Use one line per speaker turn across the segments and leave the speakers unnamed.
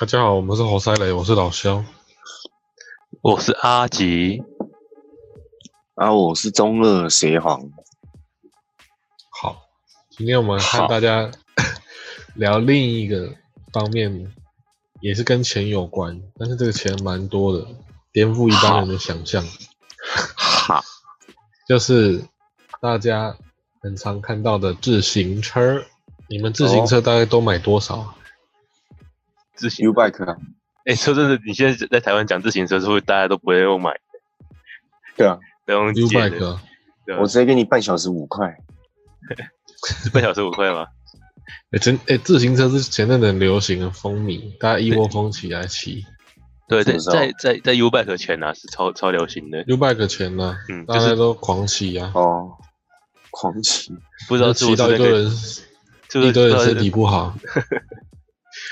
大家好，我们是猴塞雷，我是老肖。
我是阿吉，
啊，我是中二邪皇，
好，今天我们和
好
大家 聊另一个方面，也是跟钱有关，但是这个钱蛮多的，颠覆一般人的想象。
哈，
就是大家很常看到的自行车，你们自
哦
行车大概都买多少啊？
自行
U Bike 啊，
哎、说真的，你现在在台湾讲自行车是会大家都不会用买，
对啊，
都用
U
借的
bike，啊
对啊
我直接给你半小时五块，
是半小时五块吗？
哎、真哎、自行车是前阵子很流行的风靡，大家一窝蜂起来骑。
对，在
什么时候
在在在 U Bike 前啊，是超超流行的，
U bike 前呢、
嗯，就
大家
是
都狂骑啊，
哦，狂骑，
不知道
骑
是不是
到一
那
堆
个，
人
是不呃
一
是
堆人
不知
身
道
体不好。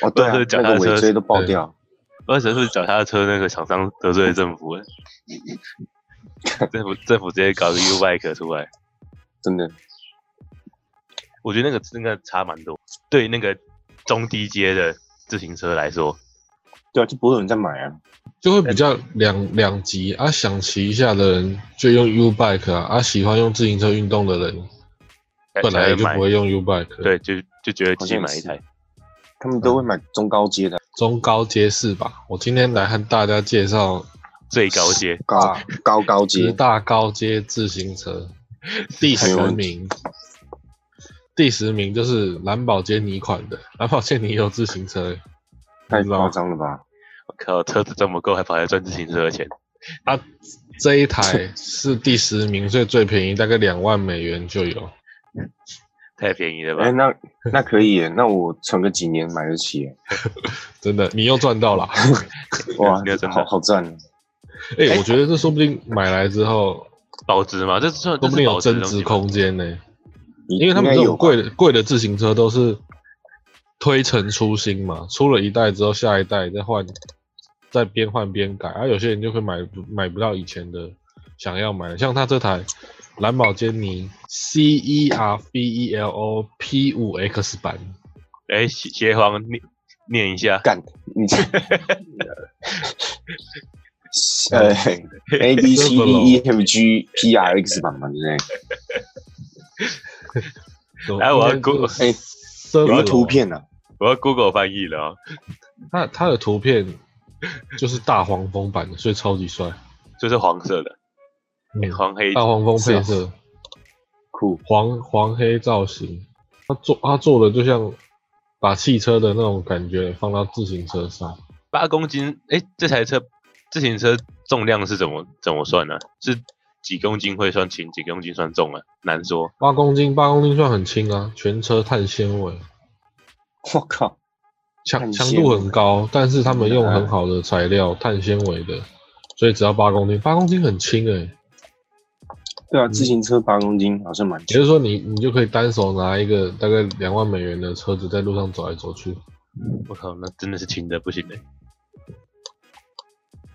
哦，对啊
不是，脚
那
踏车
个尾椎都爆掉，
二十是脚踏车那个厂商得罪了政府了， 政府政府直接搞个 U bike 出来，
真的，
我觉得那个那个差蛮多。对那个中低阶的自行车来说，
对啊，就不会有人在买啊，
就会比较两两极啊，想骑一下的人就用 U bike 啊，啊喜欢用自行车运动的人
才
本来
才会
就
买
不会用 U bike，，
对，就就觉得
好
自己
像
买一台
是，他们都会买中高阶的，
中高阶是吧？我今天来和大家介绍
最高阶，
高高高
十
阶，
大高阶自行 车，第十名，第十名就是蓝宝坚尼款的，蓝宝坚尼也有自行车、欸，
太
你知道
夸
吗
张了吧？
我靠，车子这么够，还跑来赚自行车的钱，
啊，这一台是第十名，所以最便宜，大概两万美元就有。
太便宜了吧？
哎，那那可以耶，那我存个几年买得起耶，
真的，你又赚到了。
哇
那真，的
好好赚，哦
哎、我觉得这说不定买来之后，
保值嘛，这算
说
这
不
是
定有
保值的
增
东
值
西吗
空间呢、因
因
为他们这
有
种
吧
贵的贵的自行车都是推陈出新嘛，出了一代之后，下一代再换，再边换边改。啊而、有些人就会买不买不到以前的想要买的，像他这台蓝宝坚尼 C E R B E L O P 五 X 版，
哎，邪邪皇念念一下，
干你这，呃，A B C D E F G P R X 版嘛，对不对？
哎我要
估
过
哎有个图，片啊呢，
我要 Google 翻译了哦，
它它的图片就是大黄蜂版的，所以超级帅。
就是黄色的，
嗯
黄黑
大黄蜂配
是
色，
酷，
黄黄黑造型，他做他做的就像把汽车的那种感觉放到自行车上，
八公斤，哎，这台车自行车重量是怎么怎么算呢？啊是几公斤会算轻，几公斤算重啊？难说，
八公斤八公斤算很轻啊，全车碳纤维，
我靠，
强
碳
强
纤维
度很高，但是他们用很好的材料，碳纤维的，所以只要八公斤，八公斤很轻欸诶、
对啊，自行车八公斤好像
嗯
蛮
也
轻
就，是说你你就可以单手拿一个大概两万美元的车子在路上走来走去，
我靠，那真的是轻的不行的，欸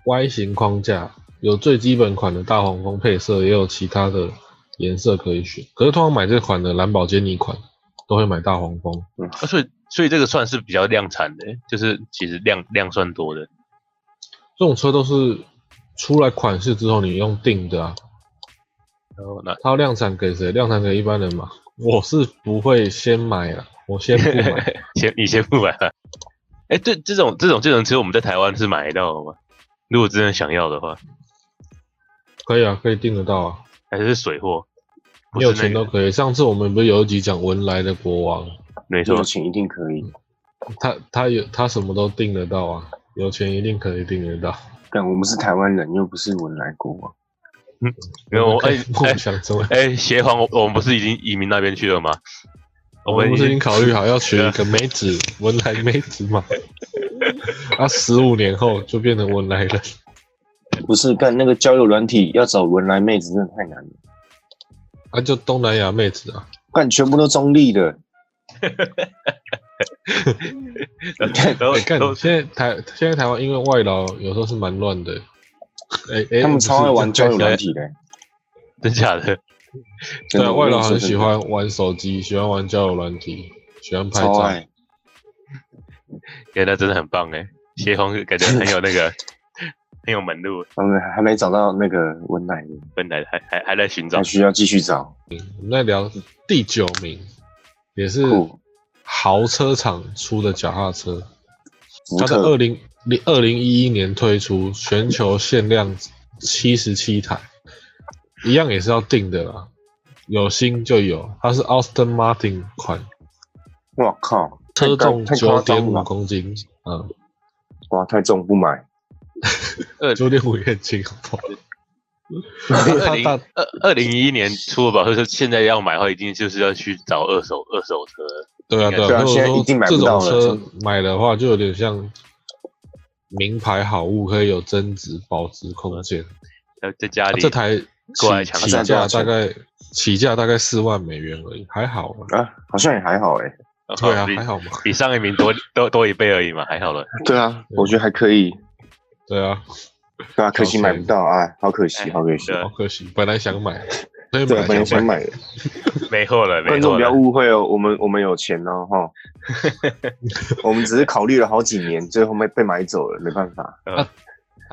Y 型框架，有最基本款的大黄蜂配色，也有其他的颜色可以选。可是通常买这款的蓝宝坚尼款都会买大黄蜂，
啊所以所以这个算是比较量产的，就是其实量量算多的，
这种车都是出来款式之后你用定的啊，
然后那
它要量产给谁？量产给一般人嘛。我是不会先买啊，我先不买。
先你先不买吧。哎、这这种这种这种车我们在台湾是买得到的吗？如果真的想要的话，
可以啊，可以订得到啊，
还是水货？不
你
是
有
那
钱都
个
可以。上次我们不是有一集讲文莱的国王，
没错
有，钱一定可以。
嗯他他有他什么都订得到啊，有钱一定可以订得到。
但我们是台湾人，又不是文莱国王，
因为我
可
哎
以
哎
梦想成为
哎，协皇，我我们不是已经移民那边去了吗？
我们
已
不是已经
经
考虑好要学一个梅子文莱梅子 吗？啊，十五年后就变成文莱了。
不是干那个交友软体要找文莱妹子真的太难了，
啊，就东南亚妹子啊，
干全部都中立的，
然后
哎
然
干
后
现在台现在台湾因为外劳有时候是蛮乱的，哎、哎、
他们超爱玩
不是
交友软体的。
真假的，
真
对啊，
的
外劳
我
很
跟你说
喜
真的
欢玩手机，喜欢玩交友软体，喜欢拍
超
照。
爱，
哎，那真的很棒哎。协同感觉很有那个很有门路，
我们还没找到那个文莱的，
本来还还还在寻找
哎
还，需要继续找。
我们在聊第九名，也是
酷，
豪车厂出的脚踏车，
福
它在
特
二零零二零一一年推出，全球限量七十七台，一样也是要定的啦，有心就有。它是 Austin Martin 款，
哇靠，太
车
高
重
太
九
夸
点
张
五
了吧，
公斤，嗯，
哇，太重不买。
九点五也很轻，好不好？
二零
它大
二二零一一年出的吧，所以说现在要买的话，一定就是要去找二手二手车了。
对啊，
应该
对啊，
对啊
如果
现在
说
一定买
这
不到
种
了
车
真的
买的话，就有点像名牌好物，可以有增值保值空间。
要在家
啊
里，
这台
过来
起
抢
起
占多
价
少
大
钱
概起价大概四万美元而已，还好啦。
啊，好像也还好哎、
哦
对啊，
比
还好嘛。
比上一名多多多一倍而已嘛，还 好了。
对啊，我觉得还可以。
对啊，
对啊，可惜
小钱
买不到啊，哎好可惜，
哎
好可惜
对。
好可惜，本来想买，所以
对，啊本来
来
想
买。
买的，
没货了，没
观众
货
不要
了。
误会哦，我们我们有钱哦 哈。我们只是考虑了好几年，最后被被买走了，没办法。
它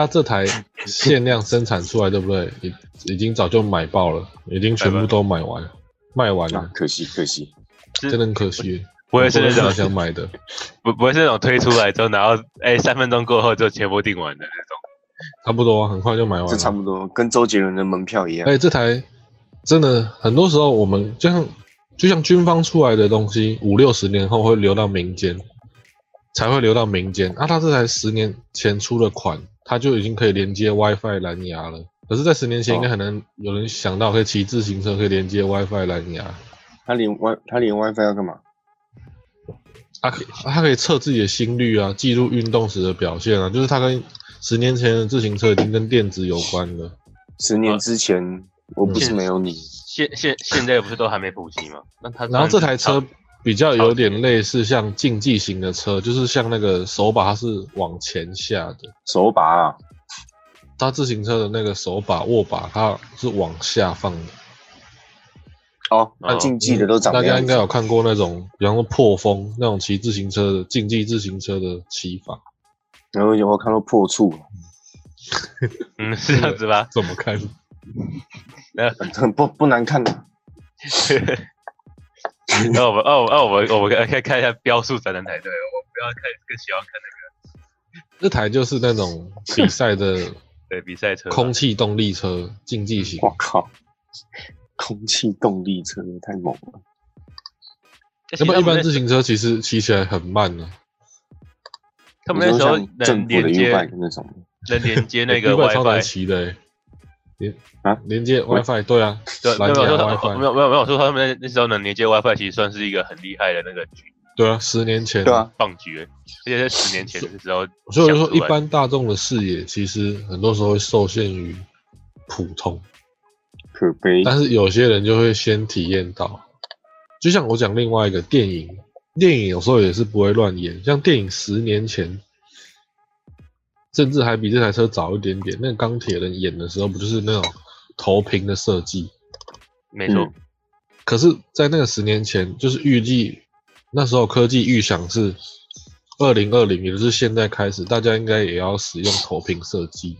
啊这台限量生产出来，对不对？已已经早就买爆了，已经全部都买完了，卖完
啊
了，，
可惜可惜。
是
真的很可惜。
不会是那
本来
种
想买的，
不不会是那种推出来之后，然后哎三分钟过后就全部订完的那种。
差不多啊，很快就买完
这
了
差。不多跟周杰伦的门票一样
哎、。这台真的很多时候，我们就像就像军方出来的东西，五六十年后会流到民间，才会流到民间。啊，它这台十年前出的款，它就已经可以连接 WiFi 蓝牙了。可是，在十年前，
哦
应该很难有人想到可以骑自行车可以连接 WiFi 蓝牙。
他连 Wi 他连 WiFi 要干嘛？
啊，可它可以测自己的心率啊，记录运动时的表现啊，就是它跟十年前的自行车已经跟电子有关了。
十年之前我不是没有你，
现现现在不是都还没普及吗？那他
然后这台车比较有
超
点类似像竞技型的车，就是像那个手把它是往前下的，
手把啊，
它自行车的那个手把握把它是往下放的。
哦，
哦
那竞技的都
嗯
长
大
这
家
样
应
子
该有看过那种，比方说破风那种骑自行车的竞技自行车的骑法，
然后有我看到破处，
嗯是这样子吧？
怎么看？
很不不难看的。
嗯
那我们哦哦我们我们可以看一下标速才能才对，我不要看更喜欢看那
这台就是那种比赛的
个对啊比赛车吧。
空气动力车竞技型，
我靠，空气动力车太猛了，
欸
要不然一般自
其实
行车其实骑起来很慢啊呢、
他们那时候
你说像
能
政府的
连接
U bike 那种，
能连接那个
U 超难
WiFi，
骑的、欸，连
啊
连接 WiFi 对啊，
对，没
蓝
有没有
牙
说
WiFi
没有没有没有说他们那那时候能连接 WiFi，其实算是一个很厉害的那个举
对啊，十年前
对啊，
棒局，而且在十年前的时候，
所以我就说，
想出
一
来
般大众的视野其实很多时候会受限于普通，
可悲。
但是有些人就会先体验到。就像我讲另外一个电影，电影有时候也是不会乱演，像电影十年前，甚至还比这台车早一点点。那个钢铁人演的时候，不就是那种投屏的设计？
没错
嗯，
可是，在那个十年前，就是预计那时候科技预想是二零二零，也就是现在开始，大家应该也要使用投屏设计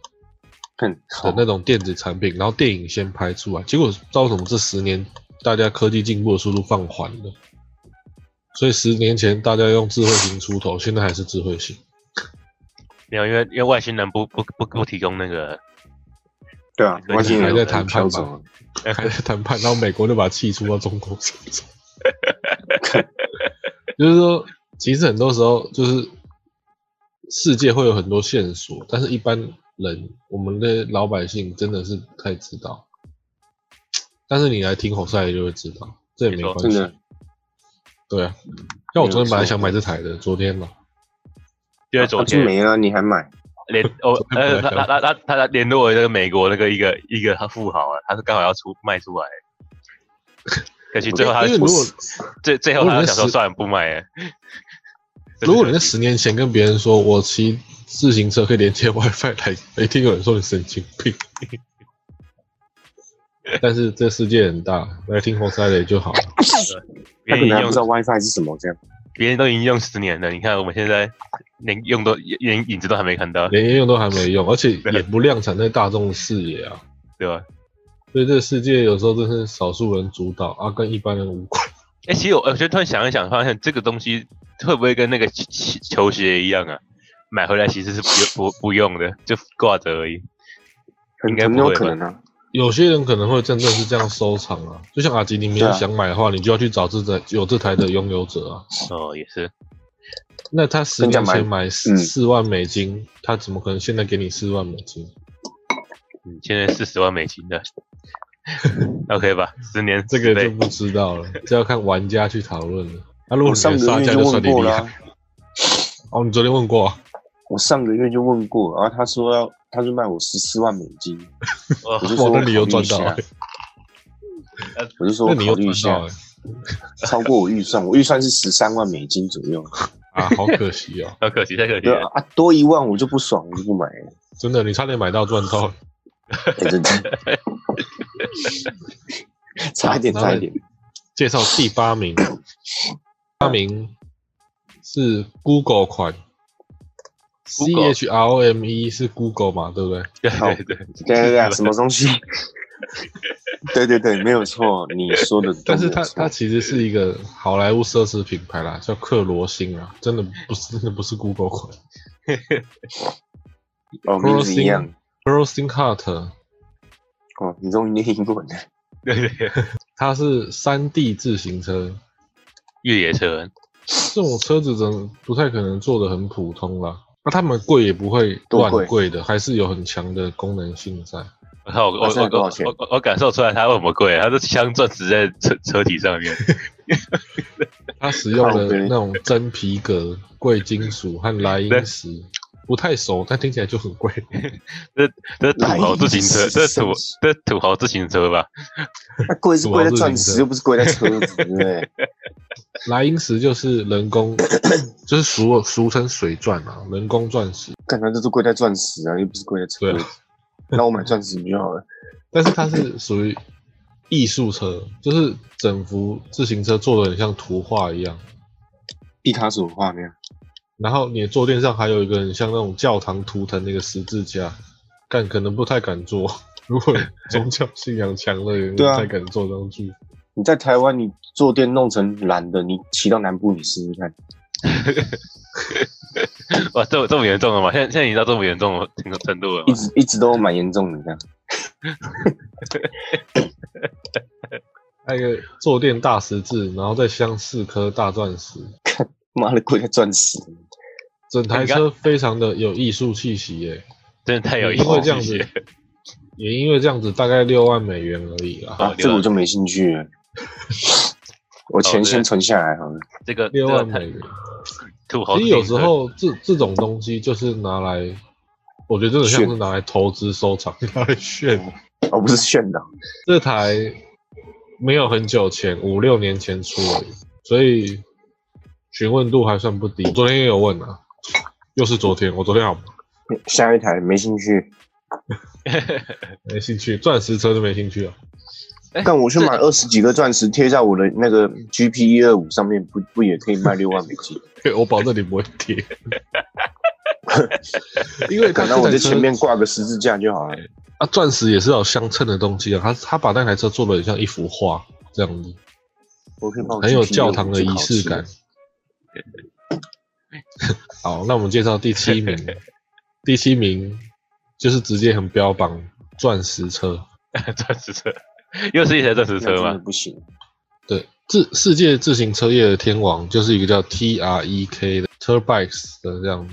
很
的那种电子产品，然后电影先拍出来。结果不知道为什么这十年大家科技进步的速度放缓了，所以十年前大家用智慧型出头，现在还是智慧型。
没有因为因为外星人不不不不提供那个
对啊，外星人啊
还在谈判吧
飘走了，
还在谈判，然后美国就把气出到中国身上。就是说，其实很多时候就是世界会有很多线索，但是一般人我们的老百姓真的是不太知道。但是你来听侯赛就会知道，这也没关
真
系
的。
对啊，像我昨天本来
没有错
想买这台的，昨天嘛，
就在昨
他就
天
没了，你还买？
联哦
昨天
呃
本来
他他他他他他联络了那个美国那个一个一个富豪啊，他是刚好要出卖出来，可惜最后他
因为如果
最最后
如果
他
你
想说
是
算了不卖了。
如果你在
真
十年前跟别人说我骑自行车可以连接 WiFi 来， 一定有人说你神经病。但是这世界很大，来听红塞雷就好了。
的
他
可惜
可
愿意
能还
用
不知道 WiFi 是什么，这样
别人都已经用十年了，你看我们现在连用都连影子都还没看到，
连应用都还没用，而且
啊
也不量产在大众视野啊。
对吧？
所以这个世界有时候真是少数人主导啊，跟一般人无关。
哎、其实我我觉得突然想一想，发现这个东西会不会跟那个球球鞋一样啊？买回来其实是不不不用的，就挂着而已。应
很
该
很
不
有
会
可
吧
能啊。
有些人可能会真正是这样收藏啊，就像阿吉，你明
对
天
啊
想买的话，你就要去找这台有这台的拥有者啊。
哦，也是，
那他十年前买四
嗯
四万美金，他怎么可能现在给你四万美金？
嗯，现在四十万美金的，OK 吧？十年
这个
之
就
内
不知道了， 这要看玩家去讨论了。啊，如果
我
你能
哦上
杀
个月
价，
就
就算
问
你厉
过啊啦、
害。哦，你昨天问过啊、
我上个月就问过，然后他说要，他就卖我十四万美金，
哇
我，就
哇
说，我
那
考
你有
虑一
赚到、
下
欸，，
我就说
那
我
你
考
又
虑
赚
一下
到、，欸、
超过我预算，我预算是十三万美金左 右。
啊，好可惜哦，
好可惜，太可惜
对
了
啊，。啊多一万我就不爽，我就不买了。
真的，你差点买到赚到，
欸真的， 差一点，差一点。
介绍第八名，八名是 Google 款 C
Google
H R O M E 是 Google 嘛，对不对？
对
好
对对，
对对 对，什么东西？对对对，没有错，你说的都
但
没
是
有
它它
错。
其实是一个好莱坞奢侈品牌啦，叫克罗星啊，真的不是真的不是 Google 款
哦，名字一样
，Crossing Crossing Cut，
哦，你终于念英 文了。
对对，对
它是山地自行车，
越野车，
这种车子真的不太可能做的很普通啦。那他们贵也不会
多
乱
贵
贵的，还是有很强的功能性在。
我靠，我我
那现在
我
多
我
少钱
我我感受出来它为什么贵，啊它是镶钻石在车车体上面。
它使用
靠
的
背
那种真皮革、贵金属和莱茵石，不太熟，但听起来就很贵。
这土豪自行车，这土
来
这土豪自行车吧？
那贵是贵在
主要是
钻
名字
石，又不是贵在车子，对不对？
莱茵石就是人工，就是俗俗称水钻啊，人工钻石。
干它就是贵在钻石啊，又不是贵在车
对
子。那我买钻石不就好了？
但是它是属于艺术车，就是整幅自行车做的很像图画一样。
毕卡索画面，啊
然后你的坐垫上还有一个很像那种教堂图腾那个十字架，但可能不太敢坐。如果宗教信仰强的人，不
对啊
太敢坐上去。
你在台湾你坐垫弄成蓝的，你骑到南部你试试看。
哦
哇，这么这么严重了吗？现在现在已经到这么严重的程度程度了
嗯
一
吗？
直一直都蛮严重的这样。
那个坐垫大十字，然后再镶四颗大钻石，
妈的，贵在钻石，
整台
哎
车非常的有艺术气息耶。
真的太哎有意
因为这
思
样子，也因为这样子，大概六万美元而已 啦。
啊，这个我就没兴 趣了。我钱
哦
先存下来好了。
这个
六
这个
万
啊太
美元，
土豪
其
自
实
行车。
有时候这这种东西就是拿来，我觉得真的像是
炫
拿来投资收藏， 拿来炫。
哦，不是炫的，
这台没有很久前，五六年前出而已，所以询问度还算不低。昨天也有问啊，又是昨天，我昨天好
下一台没兴趣。
没兴趣，钻石车就没兴趣啊。
但我去买二十几个钻石贴在我的那个 GP 一二五上面，不不也可以卖六万美 金？
我保证你不会跌， 因为它
那我
这台
在前
车
面挂个十字架就好了。
啊，钻石也是要有相称的东西啊。他他把那台车做的很像一幅画这样子，
我可以把我
很有
GP
教堂的
去
仪
考试
式感。。 好，那我们介绍第七名，第七名就是直接很标榜钻石车。
钻石车，又是一台钻石
那
车
真的
吗？
不行，
对，自世界自行车业的天王就是一个叫 T R E K 的 Turbikes 的这样，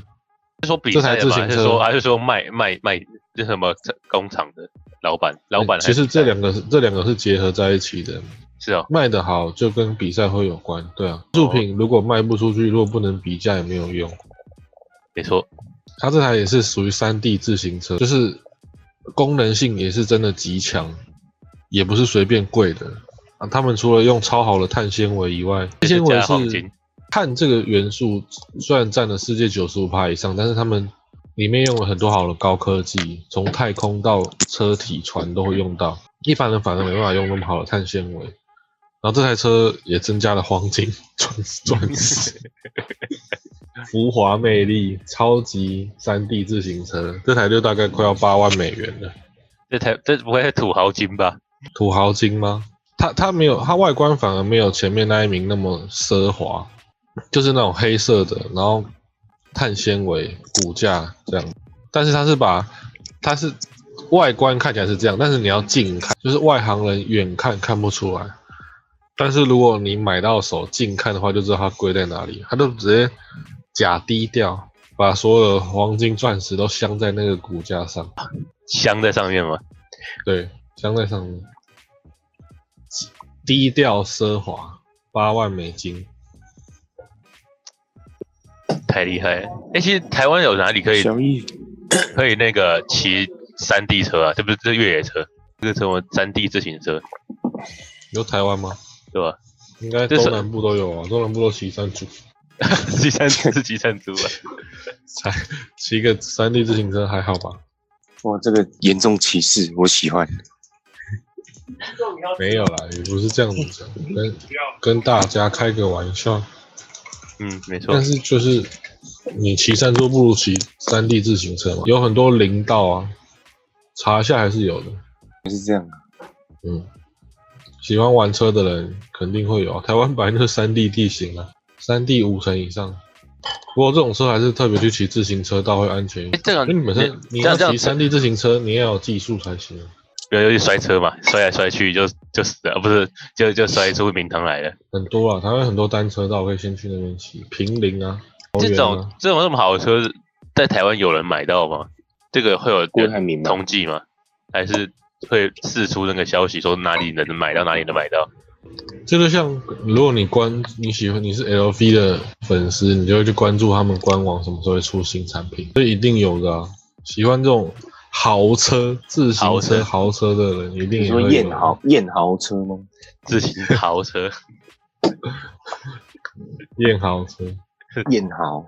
是说比赛的
这台自
吗？
行
还是
车
说还是说卖卖卖这什么工厂的老板老板还
哎其
是比赛？
实这两个这两个是结合在一起的，
是哦，
卖得好就跟比赛会有关，对啊。作品如果卖不出去，如果不能比价也没有用。
没错，
它这台也是属于山地自行车，就是功能性也是真的极强，也不是随便贵的啊。他们除了用超好的碳纤维以外，碳
就是
纤维
加黄
是
金
碳这个元素虽然占了世界九十五趴以上，但是他们里面用了很多好的高科技，从太空到车体、船都会用到，一般人反而没办法用那么好的碳纤维。然后这台车也增加了黄金、钻钻石、浮华魅力、超级山地自行车，这台就大概快要八万美元了。
这台这不会是土豪金吧？
土豪金吗？它它没有，它外观反而没有前面那一名那么奢华，就是那种黑色的，然后碳纤维骨架这样。但是它是把它是外观看起来是这样，但是你要近看，就是外行人远看看不出来。但是如果你买到手近看的话，就知道它贵在哪里。它都直接假低调，把所有的黄金钻石都镶在那个骨架上。
镶在上面吗？
对，镶在上面，低调奢华，八万美金。
太厉害了！哎、其实台湾有哪里可以
小易，
可以那个骑山地车啊？这不是这越野车，这个什么山地自行车，
有台湾吗？
对吧？
应该
这是
东南部都有啊，东南部都骑山猪，
骑山是骑山猪啊，
才骑个山地自行车还好吧？
哇，这个严重歧视，我喜欢。
没有啦，也不是这样子讲，跟跟大家开个玩笑。
嗯，没错
但，是就是你骑山猪不如骑山地自行车嘛，有很多林道啊，查一下还是有的。
是这样，
嗯，喜欢玩车的人肯定会有啊，台湾本来就是山地地形啊，山地五成以上。不过这种车还是特别去骑自行车道会安全一
哎、
点，
这个
因为你本身你
这
要
样这样
骑山地自行车，你也要有技术才行啊。
有有摔车嘛，摔来摔去就就死了，不是就就摔出名堂来了。
很多啊，台湾很多单车道可以先去那边骑，平林啊，桃
这
园
种
啊，
这种这么好的车，在台湾有人买到吗？这个会有
郭台铭吗
统计吗？还是会释出那个消息说哪里能买到，哪里能买到？
这就像如果你关你喜欢你是 LV 的粉丝，你就会去关注他们官网什么时候会出新产品，这一定有的啊。喜欢这种豪车、自行车、豪车的人，一定
你
也会
说
有
燕豪燕豪车吗？
自行豪车，
燕豪车，
燕豪，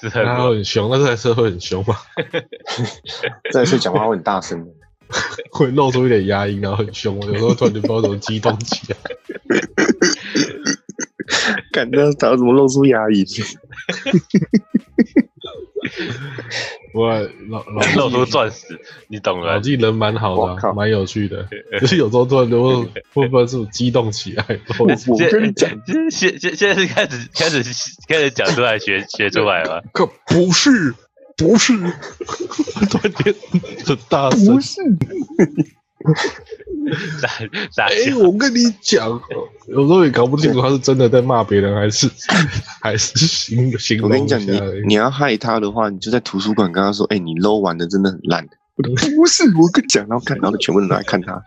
是很
它会很凶，那这台车会很凶吗？
这次讲话会很大声 的。
会露出一点压音，然后很凶。我有时候突然就不知道怎么激动起来。
感到他怎么露出牙龈？
我 老老
露出钻石，你懂
老
了。
纪人蛮好的
我
啊、
靠
蛮有趣的。 就是有时候突然就会会不会是激动起来？或者
我跟你讲，
现现现现在是开始开始开始讲出来学学出来了，
可不是，不是， 突然 间很大声
不。是
傻傻
哎、
笑。
我跟你讲，哦有时候也搞不清楚他是真的在骂别人，还是 还是形形
我
容
跟你
一下
讲，你
而已
你要害他的话，你就在图书馆跟他说：“哎、你 low 玩的真的很烂。”我说不是，我跟你讲，然后看，然后全部人都来看他。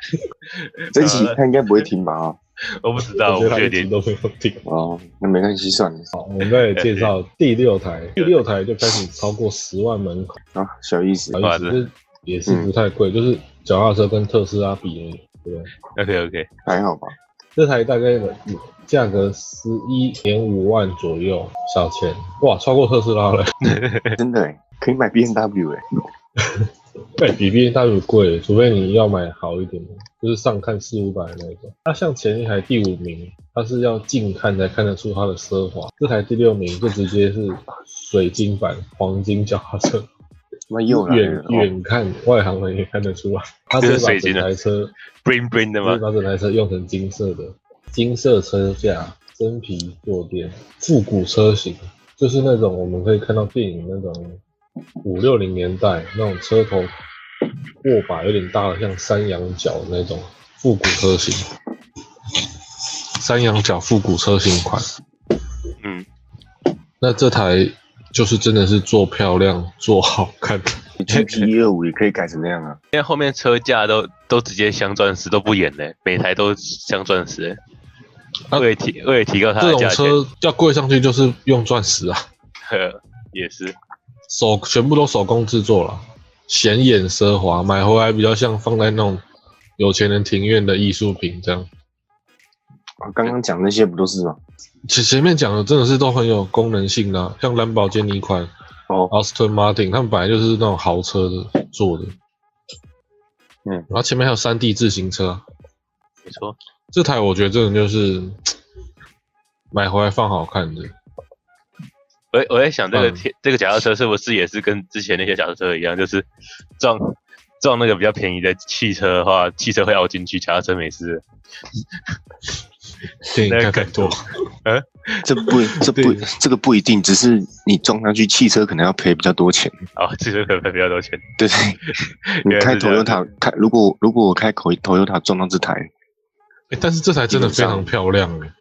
这一集他应该不会听吧？啊
我不知
我
道，
觉得
我不
他
确
一直
定。
都没有听。
哦，那没关系，算了。
好，我们再介绍第六台，第六台就开始超过十万门口，
啊，小意思。
好
哇
意思，也是不太贵，就是脚踏车跟特斯拉比而已，对不对？
OK OK，
还好吧？
这台大概价格十一点五万左右，小钱，哇，超过特斯拉了，
真的、欸、可以买 B N W 哎、
对哎比 B N W 贵，除非你要买好一点的，就是上看四五百的那种。那像前一台第五名，它是要近看才看得出它的奢华，这台第六名就直接是水晶版黄金脚踏车。
那又来
远
了，哦、
远看外行人也看得出来，他直接把整台车，
bling bling 的
直接
吗？
把整台车用成金色的，金色车架、真皮坐垫、复古车型，就是那种我们可以看到电影那种五六零年代那种车头握把有点大的像山羊角那种复古车型，山羊角复古车型款。
嗯，
那这台就是真的是做漂亮、做好看的。
你 G P 一二五也可以改成那样啊。
现在后面车架都都直接镶钻石，都不演嘞，每台都镶钻石。
啊
为了提为了提高它
这
的
种
价钱，
车要贵上去就是用钻石啊，
呵也是
手全部都手工制作了，显眼奢华，买回来比较像放在那种有钱人庭院的艺术品这样。
啊刚刚讲那些不都是吗？
前前面讲的真的是都很有功能性的啊、像兰博基尼款
哦，
Aston Martin，他们本来就是那种豪车的做的。
嗯
然后前面还有山地自行车啊，
没错，
这台我觉得真的就是买回来放好看的，
我我在想这个
嗯
天这个脚踏车是不是也是跟之前那些脚踏车一样，就是撞撞那个比较便宜的汽车的话，汽车会凹进去，脚踏车没事。
电影看
那个
太
梗
多。
这不这不
对
这个不一定，只是你撞上去，汽车可能要赔比较多钱。
哦，汽车可能赔比较多钱。
对，你
原来
开
是这样
Toyota 开，如果如果我开口 Toyota 撞到这台，
诶但是这台真的非常漂亮诶、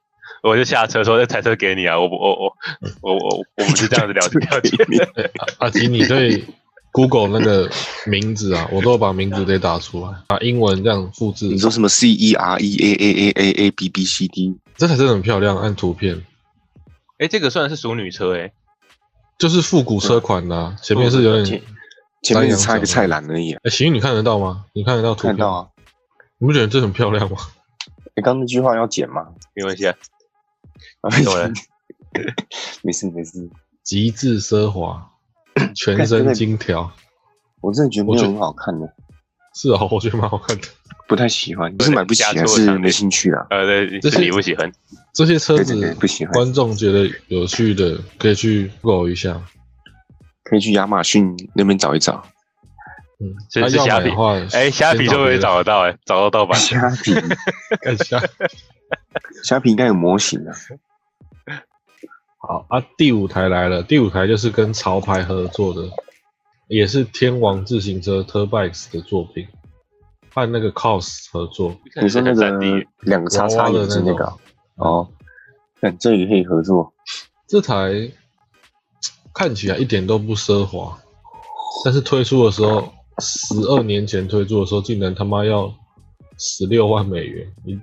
我就下车说这台车给你啊，我不我我我我我们是这样 子聊天聊天。
阿吉，啊你对 Google 那个名字啊，我都把名字给打出来，把英文这样复制
你。说什么 C E R E A A A A A B B C D？
这台真的很漂亮，按图片
哎、这个算是熟女车哎、
就是复古车款的、啊，前面是有点
前。前
张
面
扬
只差一个
小
菜篮而已、啊，
哎，行，你看得到吗？你看得到图
看
片？
得到啊。
你不觉得这很漂亮吗？
你刚刚那句话要剪吗？
没关系啊，懂了
没事没事，
极致奢 华，全身金条。
我真的觉得没
我
有
觉
很好看的，
是啊，我觉得蛮好看的。
不太喜欢，不是买不起、
加
啊，
错
是
场地
没兴趣啊。
呃，对，
这
是
是
你不喜欢，
这些车
对
子
对对，不喜欢，
观众觉得有趣的，可以去 Google 一下。
可以去亚马逊那边找一找。，
嗯，
是
他
是
要
虾
买
皮
的话，
哎、虾皮
先
会不
别
会
的
找得到、哎，找到盗版
虾皮，
看虾。
虾皮应该有模型啊。
好啊，第五台来了，第五台就是跟潮牌合作的，也是天王自行车 Turbikes 的作品，和那个 Cos 合作。
你说那
看
个
三 D
两个叉叉眼睛那个啊哦，那这也可以合作。
这台看起来一点都不奢华，但是推出的时候，十二年前推出的时候，竟然他妈要十六万美元，你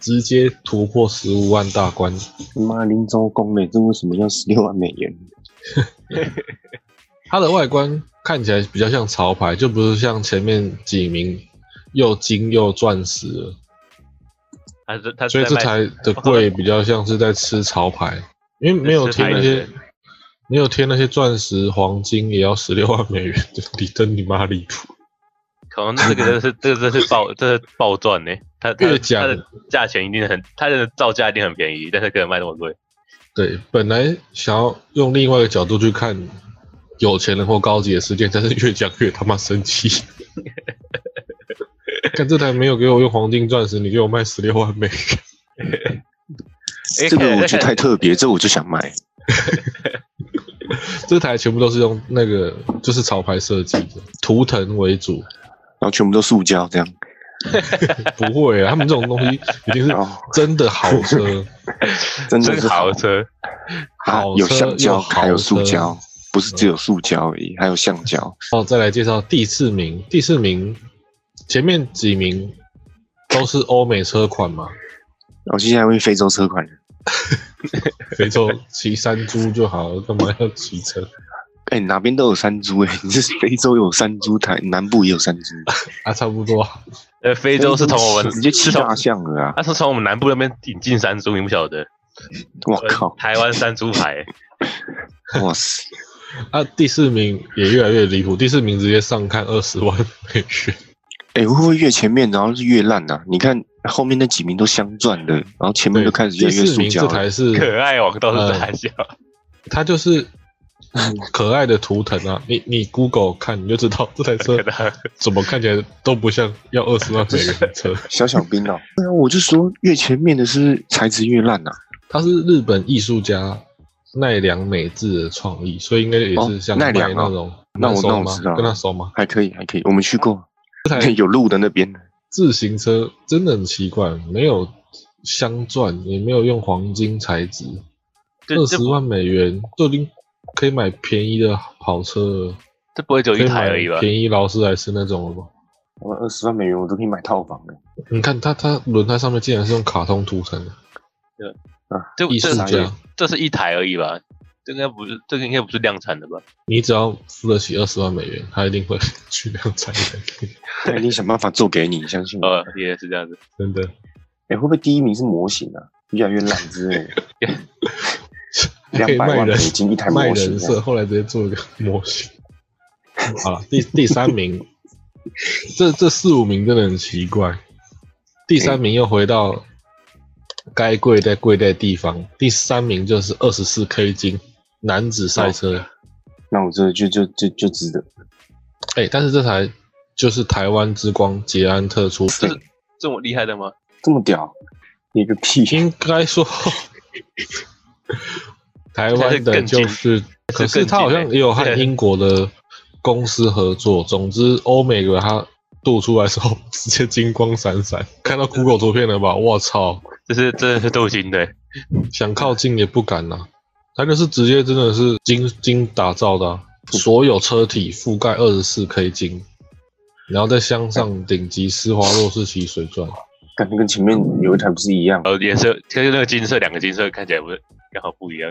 直接突破十五万大关。
妈，林州公美，这为什么要十六万美元？
它的外观看起来比较像潮牌，就不是像前面几名又金又钻石了，
他是他
所
是
以
在
这
卖
台的贵比较像是在吃潮牌，因为没有贴那
在吃
些
牌。
没有贴那些钻石、黄金，也要十六万美元，你真你妈离谱！
可能这个真的是这个真是爆，这是爆赚呢、它它
越
的
讲
它的价钱一定很，它的造价一定很便宜，但是可能卖那么贵。
对，本来想要用另外一个角度去看有钱人或高级的事件，但是越讲越他妈生气。看这台没有给我用黄金钻石，你给我卖十六万美元，
哎
这个我觉得太特别，这我就想买。
这台全部都是用那个就是潮牌设计的，图腾为主。
然后全部都塑胶这样，
不会啊，他们这种东西一定是
然后
真的豪车，
哦真的
真
是
豪车，
啊
好
有
车
橡
又
胶，
好
还有塑
车
胶，不是只有塑胶而已，还有橡胶。
好，再来介绍第四名。第四名前面几名都是欧美车款嘛，
我哦现在问非洲车款了，
非洲骑山猪就好了，干嘛要骑车？
哎、哪边都有山猪哎、 你是非洲有山猪，台南部也有山猪，
啊，差不多啊。
呃，非洲是从我们
哎直接骑
是从
大象了啊！
它是从我们南部那边引进山猪，你不晓得？
我靠，
台湾山猪牌，
哇塞，
啊，第四名也越来越离谱，第四名直接上看二十万美元，
哎、会不会越前面然后是越烂啊？你看后面那几名都镶钻的，然后前面就开始越
第
来越
四
塑
名
胶
这
了。
台 是
可爱哦王倒是大笑。
它就是可爱的图腾啊，你你 Google 看你就知道这台车 怎么看起来都不像要二十万美元的车，
小小兵哦， 对啊，我就说越前面的是材质越烂啊。
它是日本艺术家。奈良美智的创意，所以应该也是像
哦奈
卖
良哦
那种，
那我
跟他
那
熟
我
吗
知道
跟他熟吗？
还可以，还可以，我们去过， 有路的那边，
自行车真的很奇怪，没有镶钻，也没有用黄金材质，
这
二
这
十万美元就已经可以买便宜的好车了，
这不会只有
可以
一台
买
而已吧？
便宜劳斯莱斯那种了吧？
我二十万美元我都可以买套房了。
你看它，它轮胎上面竟然是用卡通涂层的，
这
艺
这
术
哪有
家，
这是一台而已吧？这应该不是，这个应该不是量产的吧？
你只要付得起二十万美元，他一定会 去量产一台给你，
他一定想办法做给你，相 信我。哎、
呃，也是这样子。
真的。
哎会不会第一名是模型啊？越来越烂之类的。
还可以
两百
卖
万美
人
金一台
卖
模型啊
人，设，后来直接做一个 模型。好了，第第三名，这这四五名真的很奇怪。第三名又回到该跪在跪在地方。第三名就是二十四 K 金男子赛车，
哦那我这就就就就值得。
哎、但是这台就是台湾之光捷安特出
这
品，
是这么厉害的吗？
这么屌，你个屁！
应该说 台湾的就是，可
这是更近欸
是他好像也有和英国的公司合作。总之，欧美的他度出来的时候，直接金光闪 闪，看到 Google 图片了吧？我操，
这是真的是镀金的欸，
想靠近也不敢呐、啊他就是直接真的是金金打造的啊、所有车体覆盖二十四 K 金，然后再镶
嗯
上顶级施华洛世奇水钻。
感觉跟前面有一台不是一样，
然后颜色跟那个金色两个金色看起来不是刚好不一样，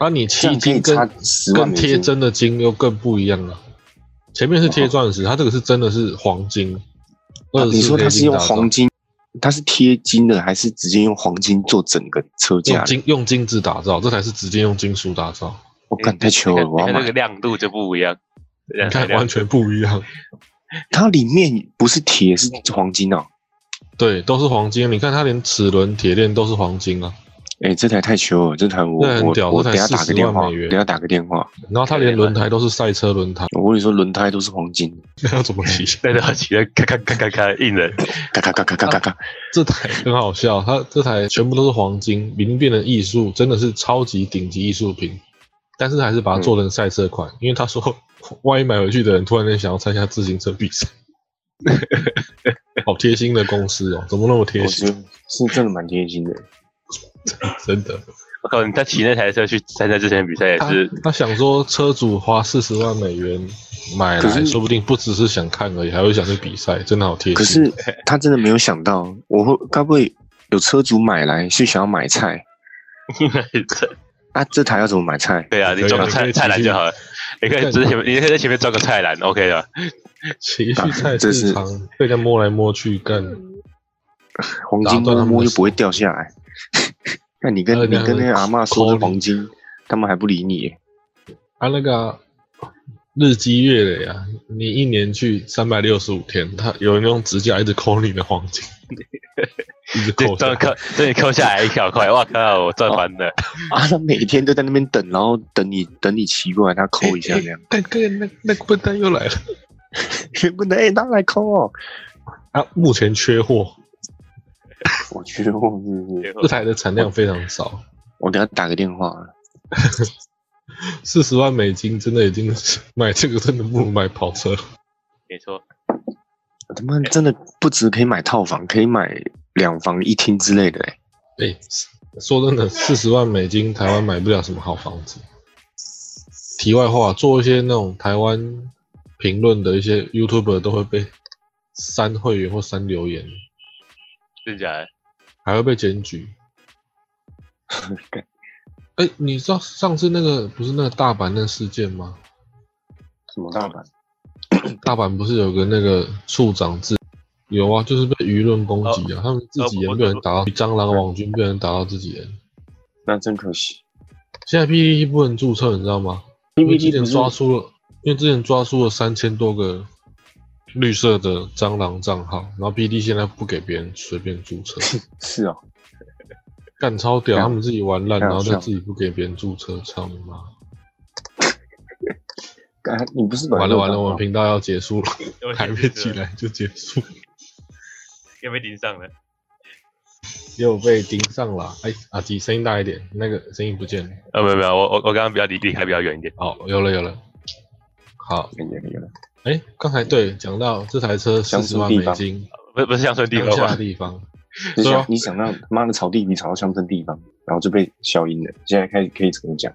那、啊你
这
七
样可以
金跟
差十万
跟
美
贴
金。啊
真的金又更不一样了。啊前面是贴钻石，它这个是真的是黄金。
哦啊
24
你说它是
黑金
用
打造
黄金，它是贴金的，还是直接用黄金做整个车架
用
的？
金用金质打造，这才是直接用金属打造，
我干太糗了，
哎你
我
看你
要
看那
买
个。亮度就不一样，
你看
亮
完全不一样。
它里面不是铁，是黄金哦。
对，都是黄金。你看它连齿轮、铁链都是黄金啊，
哎，这台太糗了，这台我
这很
我
屌
我
这
等
台
一下打个电
40
话，
万美元
等一下打个电话。
然后它连轮胎都是赛车轮胎，
我跟你说，轮胎都是黄金的，
那要怎么骑？
那道起来咔咔咔咔咔硬的，
咔咔咔咔咔咔咔。
这台 很好笑，它这台全部都是黄金，已经变成艺术，真的是超级顶级艺术品。但是还是把它做成赛车款，因为他说， 万一买回去的人突然间想要参加自行车比 赛，好贴心的公司哦，怎么那么贴
我
心
觉？得是真的蛮贴心的。
真的，
我靠！你他骑那台车去参加之前比赛也
他
是，
他想说车主花四十万美元买
可
来，
是
说不定不只是想看而已，还会想去比赛，真的好贴心。
可是他真的没有想到，我会该不会有车主买来是想要买菜？啊，这台要怎么买菜？
对啊，你装个
可以啊你可以
菜菜篮就好了，你可以直接前面，你可以在前面装个菜篮，OK 的。
骑去菜
啊这是
市场被人家摸来摸去干，
黄金摸摸又不会掉下来。那你跟
呃
你跟那个阿嬷说
抠
是
你
黄金，他们还不理你。
啊，那个啊、日积月累啊，你一年去三百六十五天，他有人用指甲一直抠你的黄 金，一直
这
抠下
这
来。
扣，这里扣下来一小块，哇靠，我赚翻了！
啊，他每天都在那边等，然后等你等你骑过来，他抠一下这 样。
看看那那个笨蛋又来了
不能，哎，他来抠哦。
啊！目前缺货，
我觉得我是不是
结果
这台的产量非常少，
我给他打个电话。
四十万美金真的已经是买这个真的不如买跑车。
没错，
他妈真的不止可以买套房，可以买两房一厅之类的、欸。
哎、说真的，四十万美金台湾买不了什么好房子。题外话，做一些那种台湾评论的一些 YouTuber 都会被删会员或删留言，
真假的？
还会被检举。哎、你知道上次那个不是那个大阪那事件吗？
什么大阪？
大阪不是有个那个处长制？有啊，就是被舆论攻击啊，他们自己人被人打到，蟑螂网军被人打到自己人。
那真可惜。
现在 PPT 不能注册，你知道吗？因为之
PPT
前
不是
抓出了，因为之前抓出了三千多个绿色的蟑螂账号，然后 PPT 现在不给别人随便注册，
是哦，
干超屌，
干
他们自己玩烂，
干
然后
是
就
啊
自己不给别人注册，操你妈！
啊你不是本来
完了
就有
完了，
账号
我们频道要结束了，
有
还没起，来就结束，
又被盯上了。
又被盯上了。哎，阿吉声音大一点，那个声音不见了。
呃，没有没有，我我我刚刚比较离离开比较远一点，
哦，有了有了。好，
有有有了，
哎，刚才对讲到这台车四
乡
十
村
万
地
美
方
金，
不是不是乡村地
乡
方
下
吧？
地方。
就
对啊
想你想到妈的草地比草到乡村地方，然后就被消音了。现在开始可以重讲，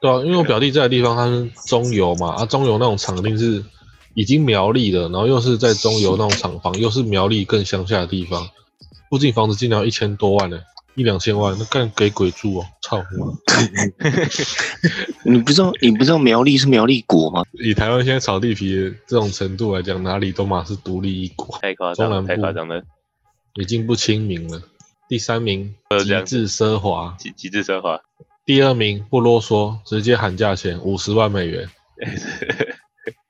对啊，因为我表弟在的地方他是中游嘛，啊，中游那种场一定是已经苗栗了，然后又是在中游那种厂房，又是苗栗更乡下的地方，附近房子竟然要一千多万呢、一两千万，那干给鬼住哦，操你妈！
你不知道你不知道苗栗是苗栗国吗？
以台湾现在炒地皮的这种程度来讲，哪里都嘛是独立一国，
太夸张
中
了，
南部
太夸张了，
已经不亲民了。第三名
呃这
极
样
致奢华，
极极致奢华。
第二名不啰嗦，直接喊价钱五十万美元，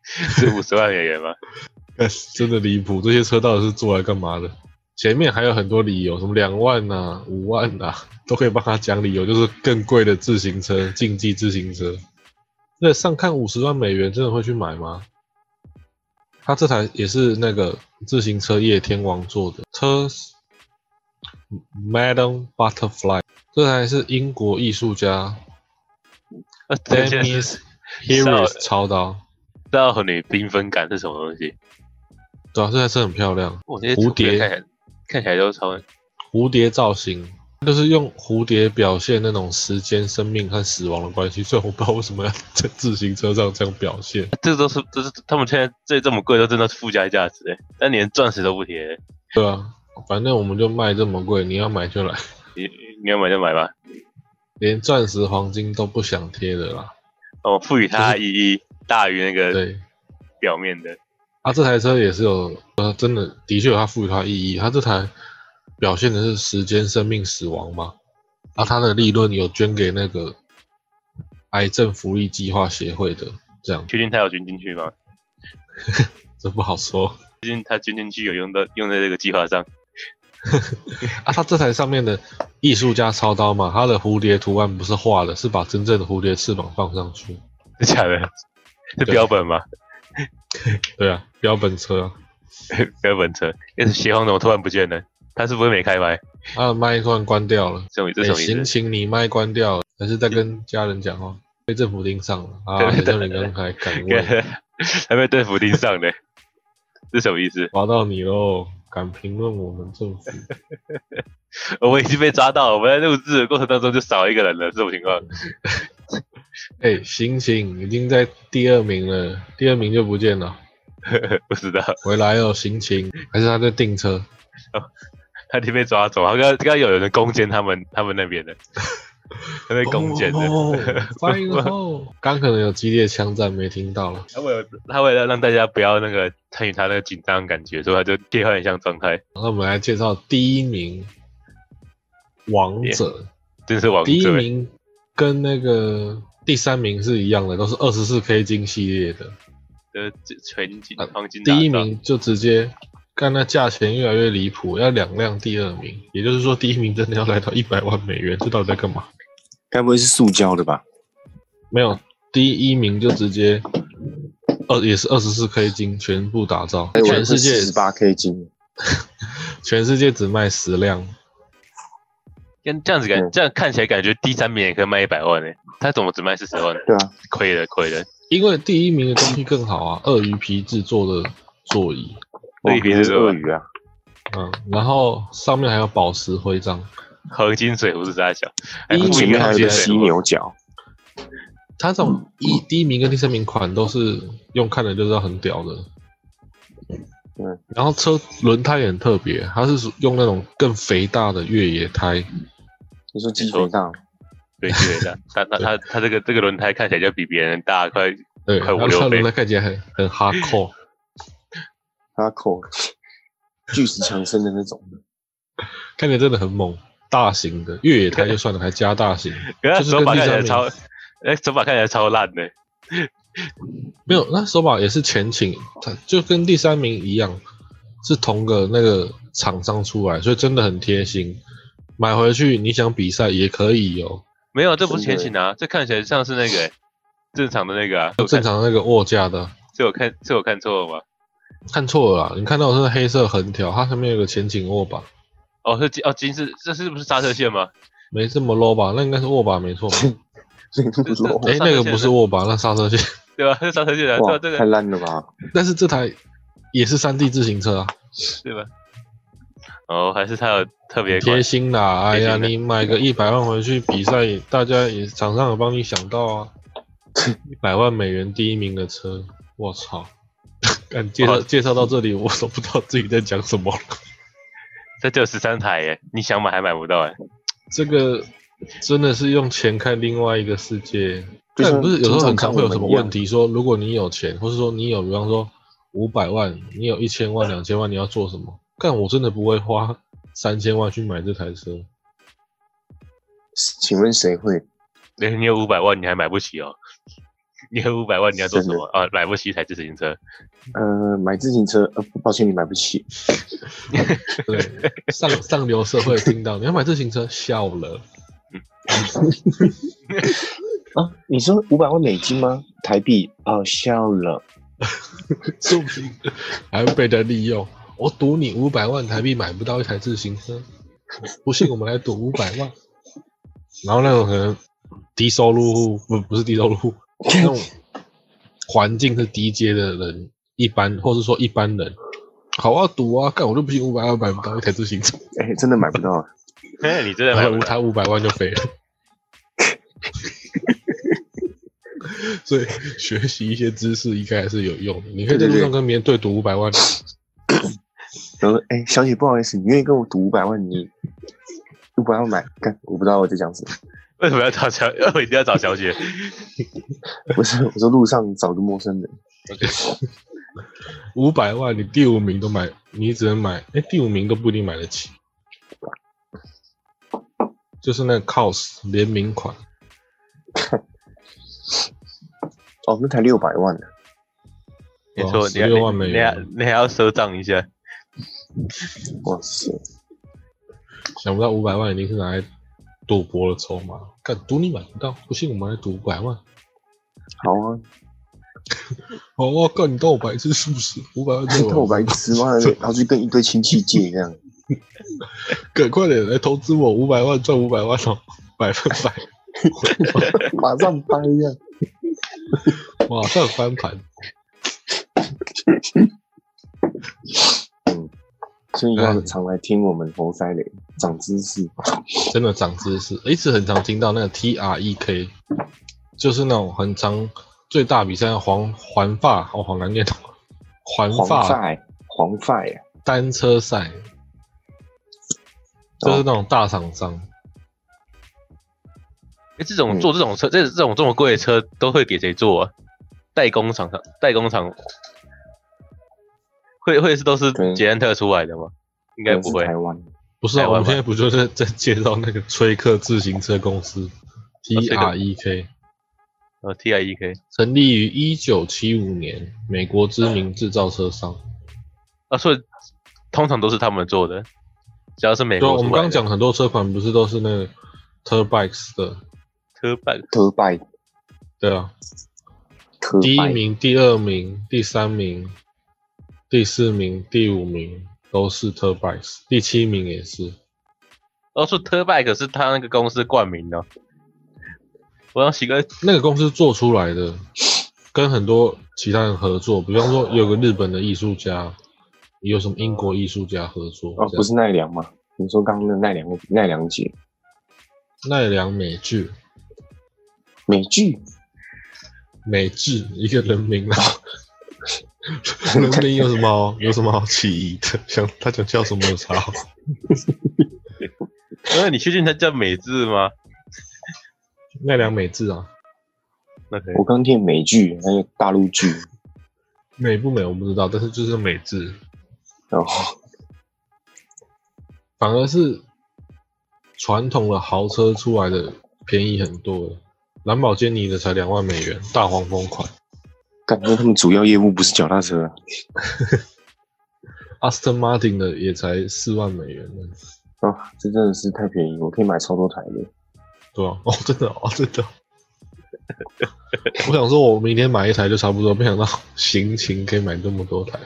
是五十万美元吗？
哎真的离谱！这些车到底是做来干嘛的？前面还有很多理由，什么两万呐、五万呐、 都可以帮他讲理由，就是更贵的自行车、竞技自行车。那上看五十万美元，真的会去买吗？他这台也是那个自行车业天王做的车，Madam Butterfly，这台是英国艺术家
那
d a
这
m
件
i
事
s Harris 操刀，
到和你缤纷感是什么东西？
对啊，这台车很漂亮。
我这些
蝴
图
蝶
片看起来看起来都超
蝴蝶造型，就是用蝴蝶表现那种时间、生命和死亡的关系。所以我不知道为什么要在自行车上这样表现。
这都是这是他们现在这这么贵，都真的是附加价值哎，但连钻石都不贴欸，
对啊，反正我们就卖这么贵，你要买就来，
你你要买就买吧。
连钻石、黄金都不想贴的啦。
哦，赋予它意义大于那个
对，
表面的。
啊，这台车也是有，呃，真的的确有它赋予它意义。它这台表现的是时间、生命、死亡嘛，啊，它的利润有捐给那个癌症福利计划协会的，这样
确定它有捐进去吗？
这不好说。
毕竟它捐进去有用到用在这个计划上。
啊，它这台上面的艺术家操刀嘛，它的蝴蝶图案不是画的，是把真正的蝴蝶翅膀放上去。
是假的？是
对
标本吗？
对啊，标本车啊，
标本车？那是邪皇怎么突然不见了？他是不是没开麦？
它的麦突然关掉了，
这种这
哎
种
行
意思？
请你麦关掉了，还是在跟家人讲话？被政府盯上了啊！
对对
谁
对
叫你刚才敢问，
还被邓福盯上的，这什么意思？
抓到你喽！敢评论我们政府，
我们已经被抓到了，我们在录制的过程当中就少一个人了，这种情况。
哎、醒醒，已经在第二名了，第二名就不见了，
不知道
回来哦，行情，还是他在订车？
他已经被抓走，他刚刚刚有人攻坚他们他们那边的，他被攻坚的。
哦欢迎 哦！刚可能有激烈枪战，没听到了。
他为了他为了让大家不要那个参与他那个紧张的感觉，所以他就切换一下状态，
那我们来介绍第一名王者，
真是王
第一
者。
名跟那个第三名是一样的，都是二十四 K 金系列的。
就是全金
呃
黄金打
第
造
一名就直接看那价钱越来越离谱，要两辆第二名，也就是说第一名真的要来到一百万美元，这到底在干嘛？
该不会是塑胶的吧？
没有，第一名就直接二也是二十四 K 金全部打造，
哎，我
全世界
十八 K 金，
全世界只卖十辆，
跟这样子感，
嗯
这样看起来感觉第三名也可以卖一百万呢、他怎么只卖四十万？
对啊，
亏了亏了，
因为第一名的东西更好啊，鳄鱼皮制作的座椅。
鳄鱼
哦可能是鳄鱼啊，
嗯，然后上面还有宝石徽章，
黄金水壶是大小，
第一名啊
附
前
一个
面
黄
还有一个
金水
犀
壶
牛角，
它这种一第一名跟第三名款都是用看的就知道很屌的。
嗯，
然后车轮胎也很特别，它是属用那种更肥大的越野胎，
你说鸡肥大，
对对的，他他他他这个这个轮胎看起来就比别人大快，
对，
快
然
五
后
六
它轮
倍
胎看起来很很 hardcore，
它口巨石强森的那种，
看起来真的很猛，大型的越野胎就算了，还加大型，
可
就是是
手
跟
把
第
看起来
三名
超，哎手把看起来超烂的、
没有，那手把也是前倾，它就跟第三名一样，是同个那个厂商出来，所以真的很贴心。买回去你想比赛也可以有、
没有，这不是
真
前
的
倾啊，这看起来像是那个、正常的那个啊，
正常那个握架的。
是我看是我看错了吗？
看错了啦，你看到的是黑色横条，它上面有个前倾握把，
哦，是金哦金是这是不是刹车线吗？
没这么 low 吧？那应该是握把没错吧。
所以那么 low
哎、那个不是 握把，那刹车线。
对吧？是刹车线啊，
哇，
对这
太
个
烂了吧？
但是这台也是三 D 自行车啊，
对吧？哦，还是它有特别款
贴心啦！哎呀，
贴心的
你买个一百万回去比赛，大家也厂商有帮你想到啊。一百万美元第一名的车，我操！ 干介绍
哇
介绍到这里，我都不知道自己在讲什么了。
这就十三台耶，你想买还买不到哎。
这个真的是用钱看另外一个世界。
就像
但不是有时候很常会有什么
平常看我们一样
问题，说如果你有钱，或是说你有，比方说五百万，你有一千万、两千万，你要做什么？干，我真的不会花三千万去买这台车。
请问谁会？
你你有五百万你还买不起哦？你有五百万，你要做什么啊？买不起一台自行车，
呃，买自行车，呃，抱歉，你买不起。
对，上上流社会听到你要买自行车，笑了。
啊，你说五百万美金吗？台币？哦，笑了。
说不定还会被人利用。我赌你五百万台币买不到一台自行车，不信我们来赌五百万。然后那种可能低收入户，不不是低收入户，那种环境是低阶的人，一般或者说一般人，好啊赌啊，干我就不信五百万买不到一台自行车，
哎、真的买不到啊。
哎，你真的
然
买
后
不 到
他五百万就飞了。所以学习一些知识应该还是有用的。你可以在路上跟别人对赌五百万，
然后说，哎、小姐，不好意思，你愿意跟我赌五百万？你五百万买？干，我不知道我在讲什么。
为什么要找小？为什么一定要找小姐？
我 是我说路上找个陌生人，
五百万你第五名都买，你只能买，哎、第五名都不一定买得起。就是那个 COS 联名款，
哦，那才六百万呢、
你说你还
16万美
你还
元
你还要赊账一下？
哇塞，
想不到五百万已经是拿来赌博的筹码。干赌你买不到，不信我们来赌五百万。
好啊，
哦，我靠，干你当我白痴是不是？五百万
你
就
看我白痴吗？ 然后去跟一堆亲戚借这样，
赶快点来投资我五百万赚五百万哦， 百分百，
马上掰这 样。
马上翻盘。
所以要常来听我们猴塞雷长知识。
真的长知识，一直很常听到那个 T R E K，就是那种很常最大比赛环环法，哦，好难念，环
黄
法
发，黄发呀，
单车赛，
哦
就是那种大厂商，
哎，这种
嗯
做这种车，这这种这么贵的车，都会给谁做啊？代工厂商，代工厂会会是都是
对
捷安特出来的吗？应该
可能
不
是
会。
台湾。
不是、
台
哎
啊，我
湾
们
版
现在不就是在介绍那个崔克自行车公司
哦
T
崔克
R E K，
哦，T I E K，
成立于一九七五年，美国知名制造车商。
啊，所以通常都是他们做的，只要是美
对啊，
国
我
出
们
来
刚刚
的
讲很多车款不是都是那个 Turbikes 的，
车办，
特拜
对啊，
特
第一
拜，
名、第二名、第三名、第四名、第五名都是 Turbikes，第七名也是。
哦，说 t u r b i k 是他那个公司冠名的哦。我想洗个
那个公司做出来的，跟很多其他人合作，比方说有个日本的艺术家，有什么英国艺术家合作，
哦，不是奈良嘛？你说刚刚的奈良奈良姐
奈良美智，
美剧
美智一个人名啊。人名有什么好有什么好起疑的？想他想叫什么有啥好？
因呃为你确定它叫美智吗？
奈良美智啊，
那可以
我刚听美剧，还有大陆剧，
美不美我不知道，但是就是美智。
然后
反而是传统的豪车出来的便宜很多了。兰博基尼的才两万美元，大黄蜂款。
感觉他们主要业务不是脚踏车啊，
Aston Martin 的也才四万美元呢，
啊这真的是太便宜，我可以买超多台的。
对吧、哦，真的哦，真的哦。我想说，我明天买一台就差不多，没想到 行情可以买这么多台，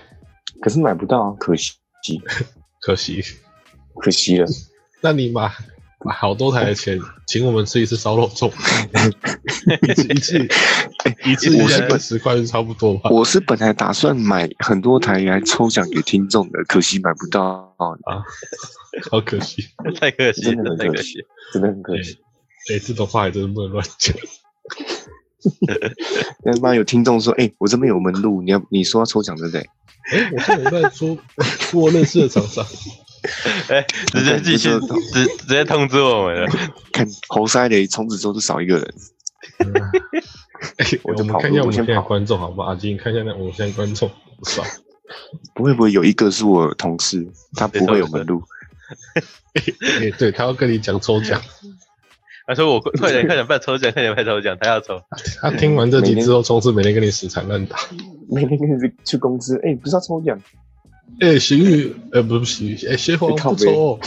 可是买不到啊，可惜，
可惜。
可惜了。
那你买买好多台的 钱，请我们吃一次烧肉粽，一次一次一次
我是本
十块就差不多吧？
我是本来打算买很多台来抽奖给听众的，可惜买不到，啊
好可惜。
太可惜
真的
了，
很
太可
可
惜。
真的很可惜。
哎、这种话也真的不能乱 讲。
那妈有听众说，哎、我这边有门路，你要你说要抽奖对不对？
哎、我上礼拜说我认识的厂 商，
哎，直接继续
我感觉
直直接通知我们了。
看猴塞雷，从此之后就少一个人。
哎
我
我
就
们
跑
看一下我
我
们
先
现在
跑
观众好不好？阿金，看一下那我们现在观众不 少。
不会不会有一个是我同事，他不会有门路。
哎、对他要跟你讲抽奖，
他说我快快点快点办抽奖，快点办抽奖，他要抽。
他听完这集之后，从此每天跟你死缠烂打。
每天跟你去公司，哎、不是要抽奖，
哎、邢宇，哎、不是邢宇，哎、邪皇
靠
不
背
抽哦、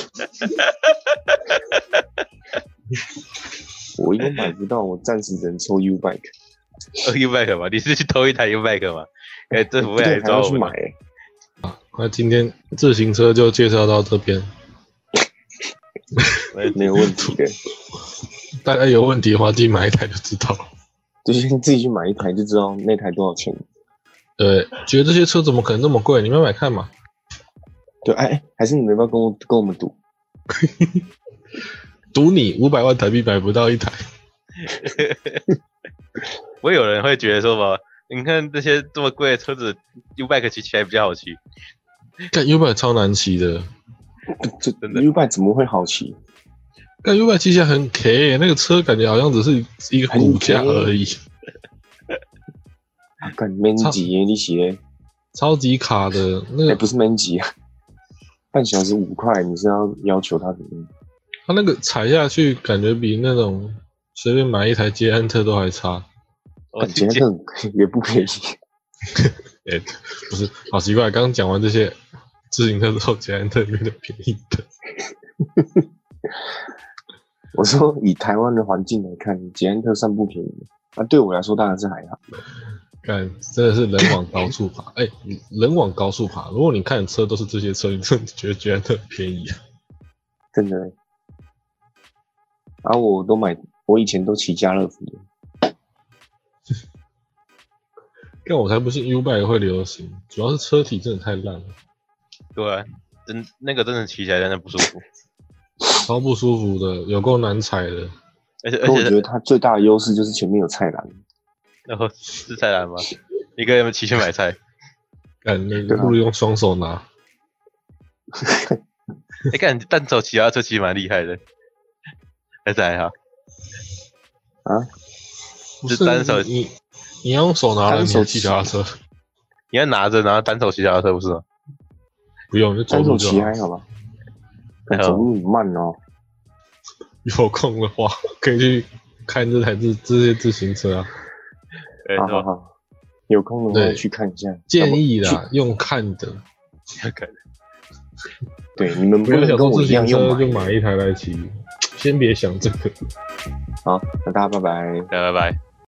我应该买不到，我暂时只能抽 U bike，
U bike 嘛，你是去偷一台 U bike 吗？哎，政府
不
来
对，还
抓
要
我
去
们
买、
了。
欸。
那今天自行车就介绍到这边，
没有问题的，
大家有问题的话，自己买一台就知道了。
就是自己去买一台就知道那台多少钱。
对，觉得这些车怎么可能那么贵？你买买看嘛。
对，哎、哎还是你们要不要跟我跟我们赌？
赌你五百万台币买不到一台，
我有人会觉得说嘛，你看这些这么贵的车子，U bike 骑起来比较好骑。
干 U bike 超难骑的，
这
真的
U bike 怎么会好骑？
干 U bike 骑起来很 K，、那个车感觉好像只是一个骨架而已，
啊，干 man
操
级耶，你鞋，
超级卡的。那
哎、
个
不是 man 级啊，半小时五块，你是要要求他怎么样？
它那个踩下去感觉比那种随便买一台捷安特都还差。
我
感
去
觉
借，
那个 也不便宜。
哎、不是，好奇怪，刚刚讲完这些自行车之后，捷安特变得便宜的。
我说以台湾的环境来看，捷安特算不便宜。那、对我来说当然是还好。
干，真的是人往高处爬。哎、人往高处爬。如果你看车都是这些车，你真的觉得觉得特便宜啊？
真的欸。啊，我都买，我以前都骑家乐福的，
但我才不信 U bike 会流行，主要是车体真的太烂了，
对啊，真那个真的骑起来真的不舒服，
超不舒服的，有够难踩的。
而且而
可我觉
且
得它最大的优势就是前面有菜篮，
然后是菜篮吗？一个人骑去买菜，
干，你
对啊
不如用双手拿。
你看你哎单手骑啊，车骑蛮厉害的，还是还好。
不
就是单手
你，你要用手拿了，
单
你
手
还骑脚踏车，
你要拿着，然后单手骑脚踏车不是吗？
不用，你就走
单
路
手
就
骑
好
还。好吧？
还好
走路很慢哦，
有空的话，可以去看这台自这些自行车啊。
哎、
好
是
好
吧？
好，有空的话
对
去看一下。要
建
不
议啦，用看的，
对你们
不
不
要
能
想
跟
说
我
自
一
行
样
车
用
就
买。
买一台来骑，先别想这个。
好，那大家拜拜。
拜拜。